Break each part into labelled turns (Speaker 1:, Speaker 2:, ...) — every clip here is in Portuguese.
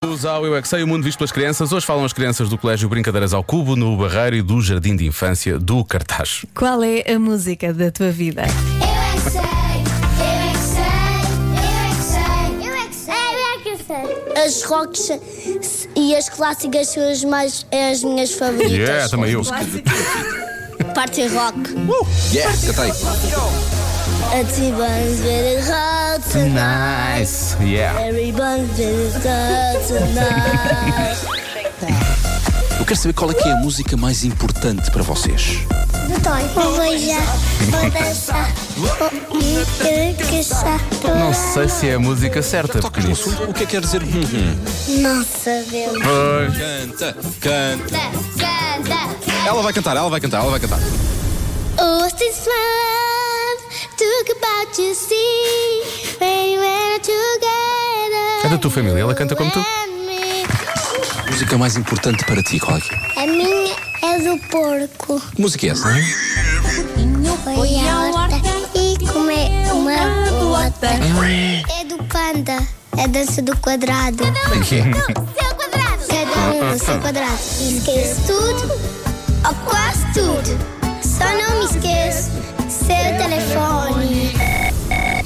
Speaker 1: Bem-vindos ao Eu é Que Sei, o mundo visto pelas crianças. Hoje falam as crianças do Colégio Brincadeiras ao Cubo, no Barreiro e do Jardim de Infância do Cartaz.
Speaker 2: Qual é a música da tua vida?
Speaker 3: Eu é que sei, eu é que sei, eu é que sei, eu é que sei, eu é que sei. As rocks e as clássicas são as, mais, é as minhas favoritas.
Speaker 1: Yeah, também eu.
Speaker 3: Party rock.
Speaker 4: Yeah, cantei.
Speaker 3: Everyone's very hot tonight.
Speaker 1: Nice. Yeah.
Speaker 3: Everyone's very hot tonight.
Speaker 4: Eu quero saber qual é que é a música mais importante para vocês.
Speaker 3: Vou beijar, vou dançar, vou me encaixar.
Speaker 1: Não sei se é a música certa,
Speaker 4: Tocas no
Speaker 1: pequenito.
Speaker 4: assunto, o que é que quer dizer? Uhum.
Speaker 3: Não sabemos.
Speaker 1: Pois.
Speaker 4: Canta, canta.
Speaker 3: Canta, canta.
Speaker 4: Ela vai cantar, ela vai cantar, ela vai cantar.
Speaker 3: Oh, this love took about you see when we were together.
Speaker 1: É da tua família, ela canta como tu.
Speaker 3: And me.
Speaker 4: A música mais importante para ti, qual é que é?
Speaker 3: A minha é do porco.
Speaker 4: Que música é essa? hein?
Speaker 3: Foi a horta e comer uma horta. É do panda. É a dança do quadrado. Cada um seu quadrado. Cada um no seu quadrado. Esqueço tudo, ou quase tudo. Só não me esqueço seu telefone.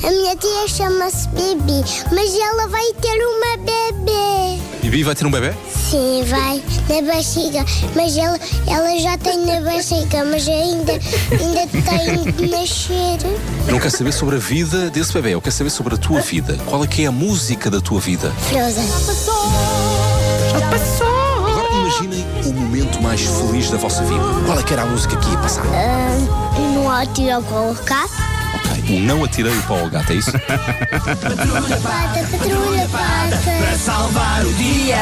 Speaker 3: A minha tia chama-se Bibi, mas ela vai ter uma bebê.
Speaker 4: Bibi vai ter um bebê?
Speaker 3: Sim, vai na bexiga, mas ela, ela já tem na bexiga, mas ainda, ainda tem de nascer.
Speaker 4: Eu não quero saber sobre a vida desse bebê, eu quero saber sobre a tua vida. Qual é que é a música da tua vida?
Speaker 3: Frozen.
Speaker 4: Agora imaginem o momento mais feliz da vossa vida. Qual é que era a música que ia passar?
Speaker 3: Não há tiro ao colocar.
Speaker 4: Ok, o não atirei o pau ao gato, é isso?
Speaker 3: Pata, patrulha, pata.
Speaker 5: salvar o dia.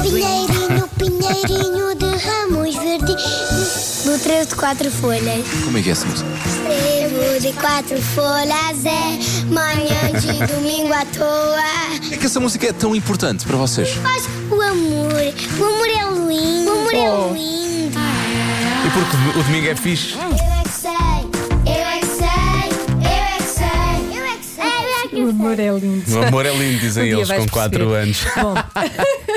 Speaker 3: Pinheirinho, pinheirinho de ramos verdes. Do trevo de quatro folhas.
Speaker 4: Como é que é essa música?
Speaker 3: Trevo de quatro folhas é manhã de domingo à toa.
Speaker 4: Por que é que essa música é tão importante para vocês?
Speaker 3: Faz o amor. O amor é lindo. O amor é lindo.
Speaker 1: E porque o domingo é fixe.
Speaker 3: Eu é que sei, eu é que sei, eu é que sei, eu é que sei.
Speaker 2: O amor é lindo.
Speaker 1: O amor é lindo, dizem
Speaker 2: Um dia
Speaker 1: eles,
Speaker 2: vais
Speaker 1: com 4
Speaker 2: perceber.
Speaker 1: anos.
Speaker 2: Bom,